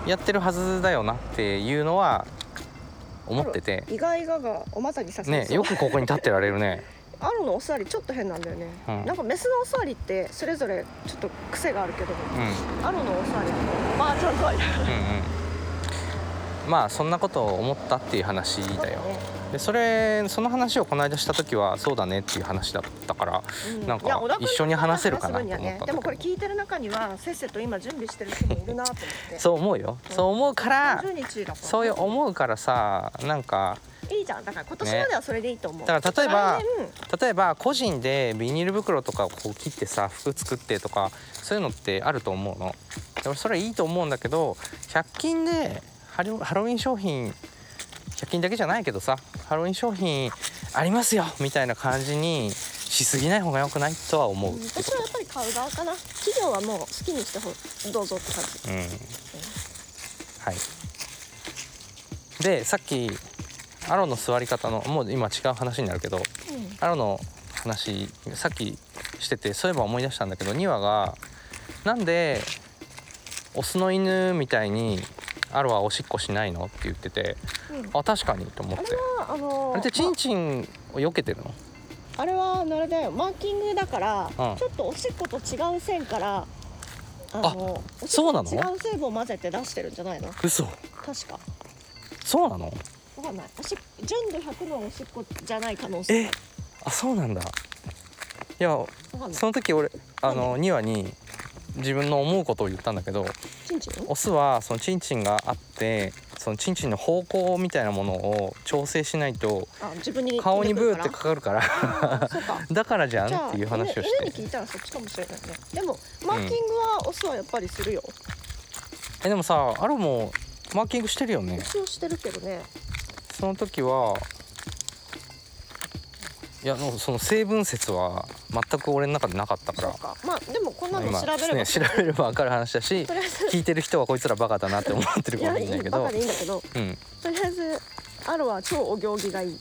Speaker 3: やってるはずだよなっていうのは思ってて
Speaker 2: 意外ががおまたぎさせ
Speaker 3: ねよくここに立ってられるね
Speaker 2: アロのお座りちょっと変なんだよね、
Speaker 3: うん
Speaker 2: なんかメスのお座りってそれぞれちょっと癖があるけど、
Speaker 3: うんうんうん
Speaker 2: アロのお座りはおばあちゃん座りだ
Speaker 3: まあそんなことを思ったっていう話だよでそれその話をこの間した時はそうだねっていう話だったから
Speaker 2: う
Speaker 3: なんか
Speaker 2: いや小田君
Speaker 3: 一緒に話せるかな
Speaker 2: 話す分にはね
Speaker 3: と思ったんだけど
Speaker 2: でもこれ聞いてる中にはせっせと今準備してる人もいるなと思って
Speaker 3: そう思うよそう思うから
Speaker 2: 30日だから
Speaker 3: そういう思うからさなんか
Speaker 2: いいじゃんだから今年まではそれでいいと思う、
Speaker 3: だから例えば
Speaker 2: 来年
Speaker 3: 例えば個人でビニール袋とかをこう切ってさ服作ってとかそういうのってあると思うのでもそれはいいと思うんだけど100均でハロハロウィン商品100均だけじゃないけどさハロウィン商品ありますよみたいな感じにしすぎない方が良くないとは思うってこ
Speaker 2: 私はやっぱり買う側かな企業はもう好きにしてほどうぞって感じ
Speaker 3: とうんはいでさっきアロの座り方のもう今違う話になるけど
Speaker 2: うん
Speaker 3: アロの話さっきしててそういえば思い出したんだけど2話がなんでオスの犬みたいにアロはおしっこしないの?」って言ってて
Speaker 2: うん
Speaker 3: あ確かにと思っ
Speaker 2: あ
Speaker 3: て
Speaker 2: れはあの
Speaker 3: あれってチンチンを避けてるの
Speaker 2: あれはあれだよマーキングだから、
Speaker 3: うん
Speaker 2: ちょっとおしっこと違う線からあのおしっ
Speaker 3: そうな
Speaker 2: こと
Speaker 3: の
Speaker 2: 違う成分を混ぜて出してるんじゃないの
Speaker 3: 嘘
Speaker 2: 確か
Speaker 3: そうなの
Speaker 2: わかんないおし純度100のおしっこじゃない可能性
Speaker 3: えあそうなんだいや
Speaker 2: わかんない
Speaker 3: その時俺あの2話に自分の思うことを言ったんだけど
Speaker 2: チンチン
Speaker 3: オスはそのチンチンがあってそのチンチンの方向みたいなものを調整しないと
Speaker 2: あ自分に
Speaker 3: 顔にブーって
Speaker 2: 飛んで
Speaker 3: かかるから
Speaker 2: くるからそ うか
Speaker 3: だからじゃ
Speaker 2: じゃ
Speaker 3: ん
Speaker 2: あ
Speaker 3: っていう話を
Speaker 2: 犬
Speaker 3: し
Speaker 2: に
Speaker 3: て
Speaker 2: 聞いたらそっちかもしれないねでもマーキングはオスはやっぱりするよ、
Speaker 3: えでもさアロもマーキングしてるよね
Speaker 2: 一応してるけどね
Speaker 3: その時はいやもうその成分説は全く俺の中でなかったか
Speaker 2: そう
Speaker 3: ら
Speaker 2: かまあでもこんなの
Speaker 3: 今
Speaker 2: 調べれば、
Speaker 3: ね調べれば分かる話だ し
Speaker 2: とりあえず
Speaker 3: 聞いてる人はこいつらバカだなって思ってる
Speaker 2: い
Speaker 3: かも
Speaker 2: や
Speaker 3: しれ
Speaker 2: い
Speaker 3: ないいけ
Speaker 2: バ
Speaker 3: ど
Speaker 2: カでいいんだけど
Speaker 3: うん
Speaker 2: とりあえずアロは超お行儀がいい、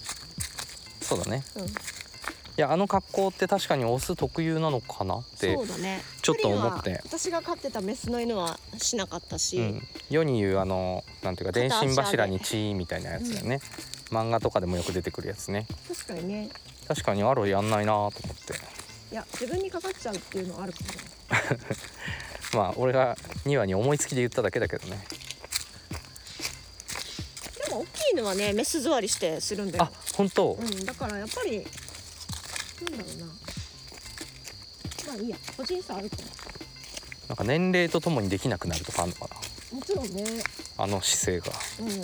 Speaker 3: そうだね
Speaker 2: うん、
Speaker 3: いやあの格好って確かにオス特有なのかなって
Speaker 2: そうだね
Speaker 3: ちょっと思って
Speaker 2: プリンは私が飼ってたメスの犬はしなかったし、
Speaker 3: うん、世に言うあのなんていうか電信柱にチーみたいなやつだよね、漫画とかでもよく出てくるやつね
Speaker 2: 確かにね
Speaker 3: 確かにアロやんないなと思って
Speaker 2: いや自分にかかっちゃうっていうのはあるかもね
Speaker 3: まあ俺が2話に思いつきで言っただけだけどね
Speaker 2: でも大きいのはねメス座りしてするんだよ
Speaker 3: あ、本当、
Speaker 2: うん、だからやっぱりなんだろうなまあいいや個人差あるか
Speaker 3: なんか年齢とともにできなくなるとかあるのか
Speaker 2: ももちろんね
Speaker 3: なあの姿勢が
Speaker 2: うん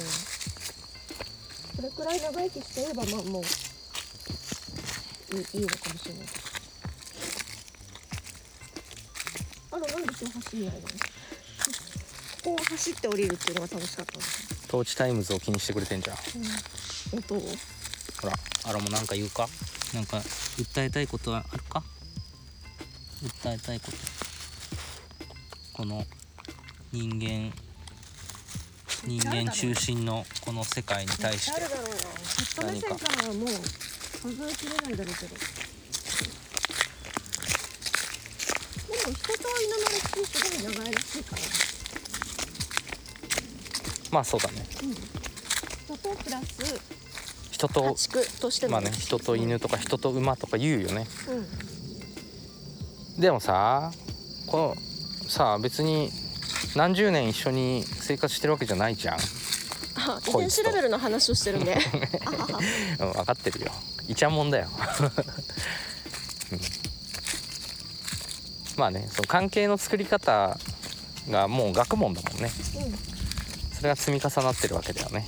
Speaker 2: これくらい長生きしていればまあもういいいいのかもしれないあらなんで今日走りないのここを走って降りるっていうのが楽しかったの
Speaker 3: トーチタイムズを気にしてくれてんじゃん
Speaker 2: うん、音を
Speaker 3: ほらあロもなんか言うかなんか訴えたいことはあるか訴えたいことこの人間人間中心のこの世界に対して
Speaker 2: だろうよカット目線からはもう数えきれないだろうけどでも人と犬の歴史すごい長いらしいから
Speaker 3: まあそうだね
Speaker 2: 人とプラス
Speaker 3: 人と
Speaker 2: 家畜としての
Speaker 3: まあね人と犬とか人と馬とか言うよね
Speaker 2: うん
Speaker 3: でもさこのさあ別に何十年一緒に生活してるわけじゃないじゃん、
Speaker 2: あ遺
Speaker 3: こい
Speaker 2: 伝
Speaker 3: つと
Speaker 2: 子レベルの話をしてる ねあはは
Speaker 3: うん、分かってるよいちゃもんだよ、 うんまあねその関係の作り方がもう学問だもんね
Speaker 2: う
Speaker 3: それが積み重なってるわけだよね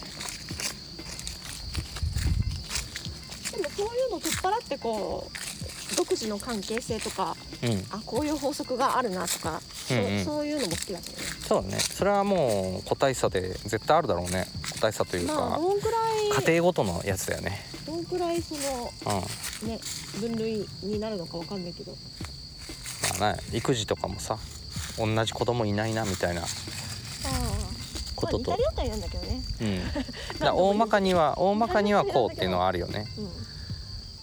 Speaker 2: ん、でもそういうの取っ払ってこう独自の関係性とか
Speaker 3: うん
Speaker 2: あこういう法則があるなとか、そ
Speaker 3: うんうん
Speaker 2: うそういうのも好きだけどね
Speaker 3: そうだねそれはもう個体差で絶対あるだろうね個体差というか、
Speaker 2: まあどんくら
Speaker 3: 家
Speaker 2: い
Speaker 3: 庭ごとのやつだよね
Speaker 2: どんくらいその
Speaker 3: うんま
Speaker 2: ね分類になるのかわかんないけど
Speaker 3: あね育児とかもさ同じ子供いないなみたいな
Speaker 2: ああ
Speaker 3: こ
Speaker 2: まあ
Speaker 3: と
Speaker 2: 似
Speaker 3: と
Speaker 2: たり合ったりなんだけどね
Speaker 3: うん、だから大まかには大まかにはこうっていうのはあるよね
Speaker 2: うん、ま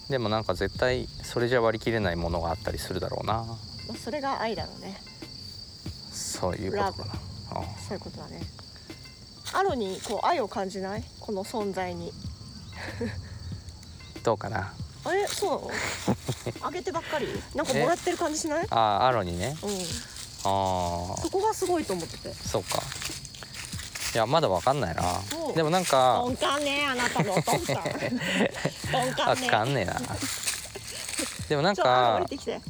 Speaker 3: でもなんか絶対それじゃ割り切れないものがあったりするだろうな
Speaker 2: あ、それが愛だろうね
Speaker 3: そういうことかなあ
Speaker 2: そういうことだねアロにこう愛を感じないこの存在に
Speaker 3: どうかな
Speaker 2: あれそうなの あげてばっかりなんかもらってる感じしない
Speaker 3: あーアロにね
Speaker 2: うん
Speaker 3: あ
Speaker 2: そこがすごいと思ってて
Speaker 3: あそうかいやまだわかんないな
Speaker 2: そう
Speaker 3: でもなんか
Speaker 2: 鈍感ねあなたのお父さん鈍
Speaker 3: あ
Speaker 2: 感ね
Speaker 3: かんね えなでもなん
Speaker 2: ちょっと降
Speaker 3: か
Speaker 2: りてきて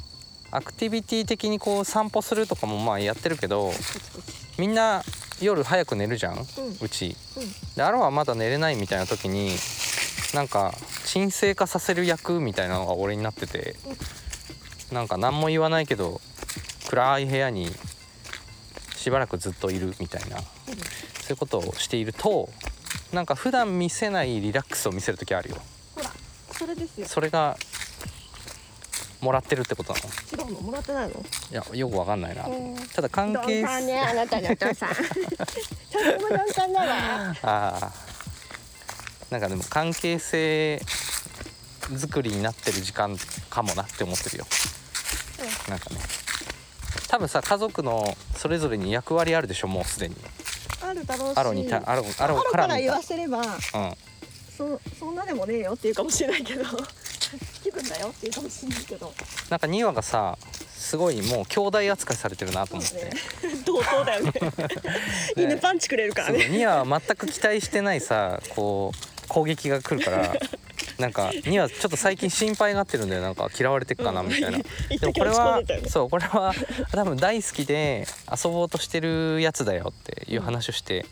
Speaker 3: アクティビティ的にこう散歩するとかもまあやってるけど
Speaker 2: こっちこっち
Speaker 3: みんな夜早く寝るじゃん、
Speaker 2: う
Speaker 3: うんち
Speaker 2: うん
Speaker 3: でアロはまだ寝れないみたいな時になんか沈静化させる役みたいなのが俺になってて、なんか何も言わないけど暗い部屋にしばらくずっといるみたいな、そういうことをしているとなんか普段見せないリラックスを見せる時あるよ
Speaker 2: ほらそれですよ
Speaker 3: それがもらってるってことなの
Speaker 2: 違うのもらってないの
Speaker 3: いやよくわかんないな、
Speaker 2: うん
Speaker 3: ただ関係
Speaker 2: 鈍感ねあなたのお父 さんとっても鈍感だわ
Speaker 3: あーなんかでも関係性作りになってる時間かもなって思ってるよ、なんかね多分さ家族のそれぞれに役割あるでしょもうすでに
Speaker 2: あるだろうし
Speaker 3: アロにたアロア
Speaker 2: ア
Speaker 3: ロ
Speaker 2: ロ
Speaker 3: か
Speaker 2: からら
Speaker 3: 見
Speaker 2: 言
Speaker 3: た
Speaker 2: わせれば
Speaker 3: うん
Speaker 2: そそんなでもねえよっていうかもしれないけど 気分だよっていうかもしれないけど
Speaker 3: なんか2話がさすごいもう兄弟扱いされてるなと
Speaker 2: そう
Speaker 3: 思っ
Speaker 2: ね
Speaker 3: て
Speaker 2: 同等だよ ね犬パンチくれるから
Speaker 3: そう
Speaker 2: ね
Speaker 3: 2話は全く期待してないさこう攻撃が来るからなんか2話ちょっと最近心配がってるんだよなんか嫌われてっかなみたいな、
Speaker 2: 一
Speaker 3: でも
Speaker 2: 時
Speaker 3: これ
Speaker 2: 落ち込
Speaker 3: は
Speaker 2: んでたよね
Speaker 3: そうこれは多分大好きで遊ぼうとしてるやつだよっていう話をして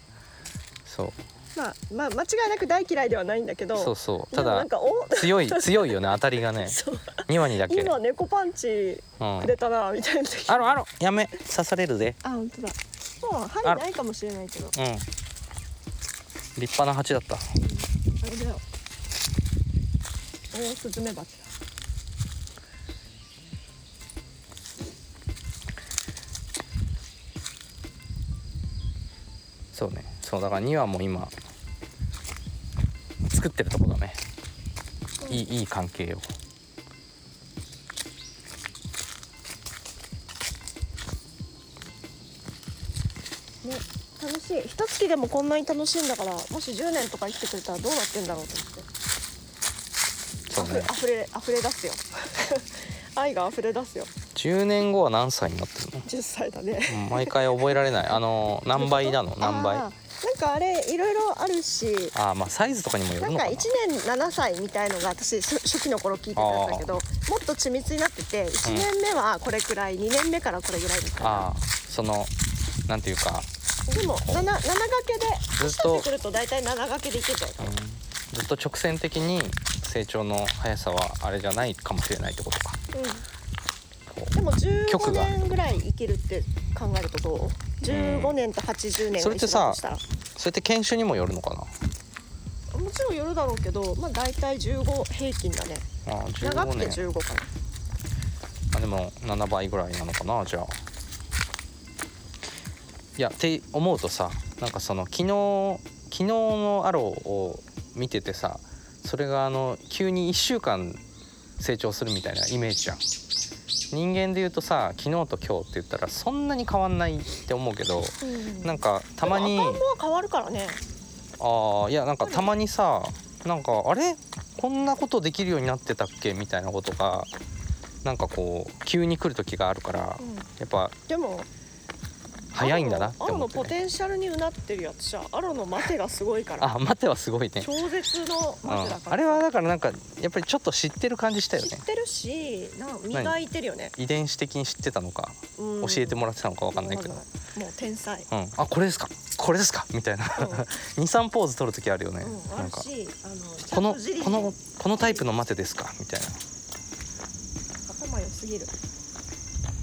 Speaker 3: そう
Speaker 2: まあまあ間違いなく大嫌いではないんだけど
Speaker 3: そうそう
Speaker 2: で
Speaker 3: た
Speaker 2: もな
Speaker 3: だ
Speaker 2: んかお
Speaker 3: 強い強いよね当たりがね
Speaker 2: そう
Speaker 3: 2話にだけ、うん、
Speaker 2: 今猫パンチくれたなみたいな時
Speaker 3: あろあろやめ刺されるで
Speaker 2: あ本当だもう針ないかもしれないけど
Speaker 3: うん立派な蜂だった
Speaker 2: あれだよおおスズメバチだ
Speaker 3: そうねそうだから2話も今作ってるとこだねいいいい関係を
Speaker 2: ね楽しい一月でもこんなに楽しいんだからもし10年とか生きてくれたらどうなってんだろうと思って
Speaker 3: そうね
Speaker 2: あふれあふれ出すよ 愛があふれ出すよ
Speaker 3: 10年後は何歳になってる
Speaker 2: 10歳だね
Speaker 3: の毎回覚えられないあの何倍なの何倍
Speaker 2: あーなんかあれいろいろあるし
Speaker 3: ああまあサイズとかにもよ
Speaker 2: な
Speaker 3: る
Speaker 2: ん
Speaker 3: の
Speaker 2: か
Speaker 3: かな
Speaker 2: 1年7歳みたいのが私初初期の頃聞いてたんだけどもっと緻密になってて1年目はこれくらい、2年目からこれぐらいみたいな
Speaker 3: ああそのなんていうか、
Speaker 2: でも7掛けで
Speaker 3: ずっと
Speaker 2: 年取ってくると大体7掛けでいけちゃう
Speaker 3: うんずっと直線的に成長の速さはあれじゃないかもしれないってことか
Speaker 2: うん
Speaker 3: こ
Speaker 2: でも
Speaker 3: 局
Speaker 2: 15
Speaker 3: がある
Speaker 2: 年ぐらい生きるって考えるとどう15年と80年
Speaker 3: それってさ
Speaker 2: 一緒だとし
Speaker 3: うそれって研修にもよるのか
Speaker 2: たらもちろんよるだろうけどまあ大体15平均だね
Speaker 3: なああ
Speaker 2: 長
Speaker 3: 15
Speaker 2: くて
Speaker 3: 年
Speaker 2: 15かな
Speaker 3: あでも7倍ぐらいなのかなじゃあいやって思うとさなんかその昨日昨日のアローを見ててさそれがあの急に1週間成長するみたいなイメージじゃん人間で言うとさ昨日と今日って言ったらそんなに変わんないって思うけど
Speaker 2: うん
Speaker 3: なんかたまに
Speaker 2: でも赤ん坊は変わるからね
Speaker 3: ああいやなんかたまにさなんかあれこんなことできるようになってたっけみたいなことがなんかこう急に来る時があるから
Speaker 2: うん
Speaker 3: やっぱ
Speaker 2: でも
Speaker 3: 早いんだなって
Speaker 2: アロ
Speaker 3: 思
Speaker 2: の
Speaker 3: って、
Speaker 2: ポ
Speaker 3: ね、
Speaker 2: テンシャルにうなってるやつじゃアロの待てがすごいから
Speaker 3: あ待てはすごいね、
Speaker 2: 超絶の
Speaker 3: うん、
Speaker 2: 待てだから
Speaker 3: あれはだからなんかやっぱりちょっと知ってる感じしたよ
Speaker 2: 知
Speaker 3: ね
Speaker 2: ってるしな磨いてるよね、
Speaker 3: 遺伝子的に知ってたのか
Speaker 2: うん
Speaker 3: 教えてもらってたのかわかんないけど、
Speaker 2: わかんないもう天才、
Speaker 3: うん、あこれですかこれですかみたいな
Speaker 2: う んうん
Speaker 3: 23ポーズ取る時あるよね、
Speaker 2: あ
Speaker 3: なん
Speaker 2: る
Speaker 3: か
Speaker 2: しあの
Speaker 3: この
Speaker 2: チャット GPT
Speaker 3: このこのタイプの待てですかみたいな
Speaker 2: 頭良すぎる、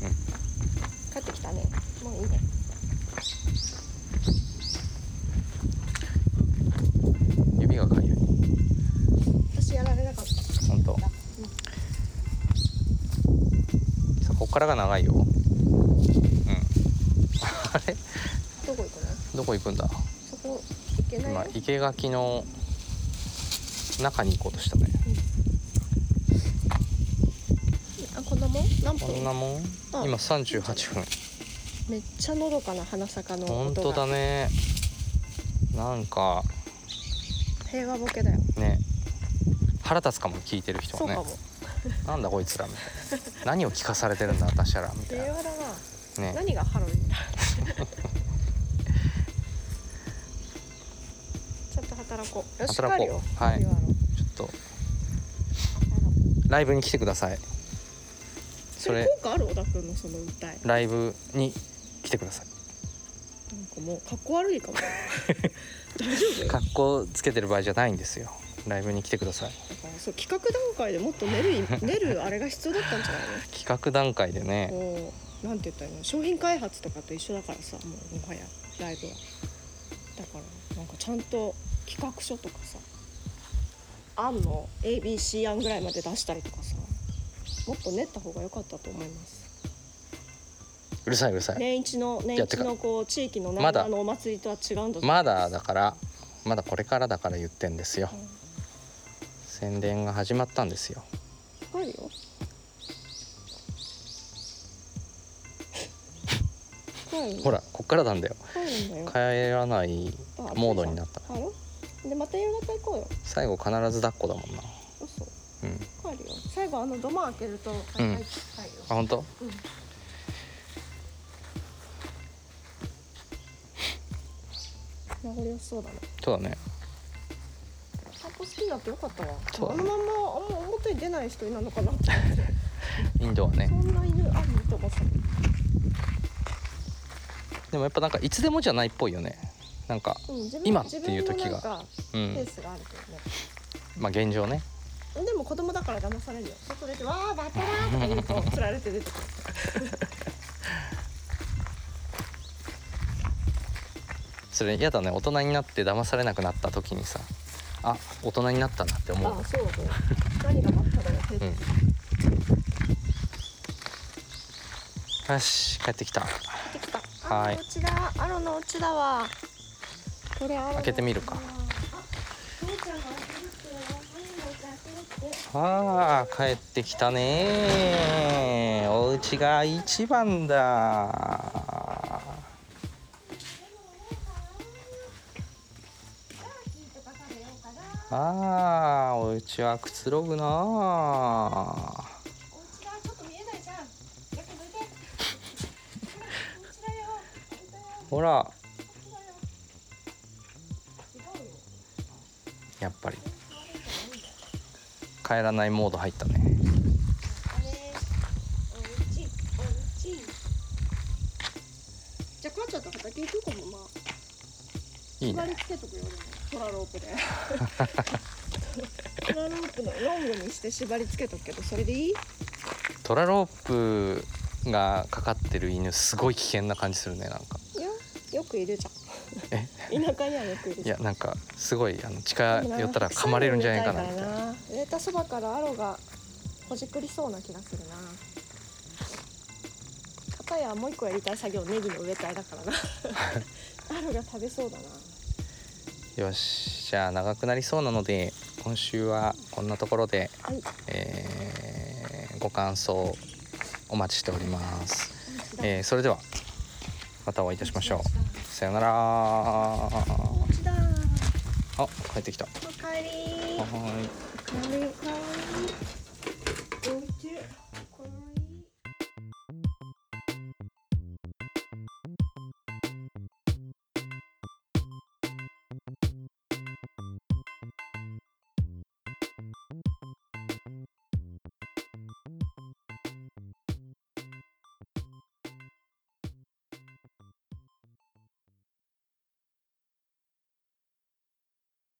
Speaker 3: うん
Speaker 2: 帰ってきたねもういいね
Speaker 3: 指がかゆい
Speaker 2: 私やられなかった
Speaker 3: 本当。さあこっからが長いよ。うん。あれ
Speaker 2: どこ行くの
Speaker 3: どこ行くんだ。
Speaker 2: そこ行けないよ
Speaker 3: 今生垣の中に行こうとしたね。
Speaker 2: あこんなもん何
Speaker 3: こんな
Speaker 2: 分
Speaker 3: もん。
Speaker 2: あ
Speaker 3: 今三十八分。
Speaker 2: めっちゃのどかな花坂の
Speaker 3: 本
Speaker 2: 音
Speaker 3: 当だ
Speaker 2: が
Speaker 3: ね。なんか
Speaker 2: 平和ボケだよ
Speaker 3: ね。腹立つかも聞いてる人
Speaker 2: そう
Speaker 3: は
Speaker 2: か
Speaker 3: ね
Speaker 2: も。
Speaker 3: なんだこいつらみたいな。何を聞かされてるんだ私らみたい
Speaker 2: 平和だな
Speaker 3: な。ね。
Speaker 2: 何がハロウィ ンだちょっと働こうよし
Speaker 3: 働こう
Speaker 2: 帰るよ
Speaker 3: はい
Speaker 2: 帰るよあ
Speaker 3: ち
Speaker 2: の
Speaker 3: ょっと
Speaker 2: あの
Speaker 3: ライブに来てください。
Speaker 2: それ
Speaker 3: それ
Speaker 2: 効果ある小田君のその歌い
Speaker 3: ライブに来てください。
Speaker 2: なんかもうかっこ悪い かも大丈夫だか
Speaker 3: 格好つけてる場合じゃないんですよライブに来てください
Speaker 2: らそう企画段階でもっと練るい練るあれが必要だったんじゃない
Speaker 3: 企画段階でね
Speaker 2: のこうなんて言ったらいいの商品開発とかと一緒だからさもうもはやライブはだからなんかちゃんと企画書とかさ案の ABC 案ぐらいまで出したりとかさもっと練った方が良かったと思います
Speaker 3: うるさいうるさい、
Speaker 2: 年一の年
Speaker 3: やて
Speaker 2: 一
Speaker 3: か
Speaker 2: のこう地域の
Speaker 3: まだ
Speaker 2: あのお祭りとは違うんだぞ
Speaker 3: まだだからまだこれからだから言ってんですよ
Speaker 2: うん
Speaker 3: 宣伝が始まったんですよ
Speaker 2: 帰るよ怖いよね
Speaker 3: ほらこっからなんだよ
Speaker 2: 怖いんだよ
Speaker 3: 帰らない
Speaker 2: あ
Speaker 3: モードになった
Speaker 2: あよでまた夕方行こうよ
Speaker 3: 最後必ず抱っこだもんな
Speaker 2: 嘘
Speaker 3: うん
Speaker 2: 帰るよ最後あの土間開けると帰
Speaker 3: うん
Speaker 2: るよ、
Speaker 3: あ本当
Speaker 2: うん名残惜しそうだな
Speaker 3: そうだね
Speaker 2: 散歩好きになってよかったわ
Speaker 3: そう
Speaker 2: あ
Speaker 3: だ
Speaker 2: の
Speaker 3: ね
Speaker 2: まんまあんま表に出ない人いなのかな
Speaker 3: インドはね
Speaker 2: そんな犬あると思ってた
Speaker 3: でもやっぱなんかいつでもじゃないっぽいよねなんか
Speaker 2: うん自分
Speaker 3: 今っていう時が
Speaker 2: 自分のなんか
Speaker 3: う
Speaker 2: ペ
Speaker 3: ん
Speaker 2: ースがあるけどね、
Speaker 3: まあ現状ね
Speaker 2: でも子供だから騙されるよ外出て「わーバタラ!」とか言うと釣られて出てくる
Speaker 3: それ嫌だね大人になって騙されなくなった時にさあ大人になったなって思う
Speaker 2: ああそうそう何がバッタだよ手
Speaker 3: うんよし帰ってきた
Speaker 2: ってきた。
Speaker 3: はい
Speaker 2: アロのうちだ。アロのうちだわ。これアロの家だわ
Speaker 3: 開けてみるか。
Speaker 2: あ父ちゃんが開けるってよマミも開けるって
Speaker 3: ああ帰ってきたねお家が一番だああお家はくつろぐなあ
Speaker 2: お家だ。ちょっと見えないじゃん。よく向いて。お家だよ。
Speaker 3: ほら
Speaker 2: 本当だよ。違うよ。
Speaker 3: やっぱり帰らないモード入ったね
Speaker 2: あれ。お家。お家。じゃあ母ちゃんと畑行くかもまあ。
Speaker 3: いい
Speaker 2: 隣
Speaker 3: ね
Speaker 2: つけとくよ、でもトラロープで。トラロープのロングにして縛りつけとくけど、それでいい。
Speaker 3: トラロープがかかってる犬すごい危険な感じするねなんか
Speaker 2: いや、よくいるじ
Speaker 3: え
Speaker 2: ゃん。田舎にはよくいる
Speaker 3: い
Speaker 2: じゃ
Speaker 3: や
Speaker 2: ん。
Speaker 3: なんかすごいあの近寄ったら噛まれるんじゃないかなみたいな
Speaker 2: な。植えたそばからアロがほじくりそうな気 がするな。片やもう一個やりたい作業ネギの植え替えだからな。 アロが食べそうだな。
Speaker 3: よしじゃあ長くなりそうなので今週はこんなところで、
Speaker 2: はい、
Speaker 3: えーご感想お待ちしております、えーそれではまたお会いいたしましょうさよならあ
Speaker 2: お家だ。
Speaker 3: 帰ってきたは
Speaker 2: おかえり。
Speaker 3: ーい
Speaker 2: おかえり。おかえり。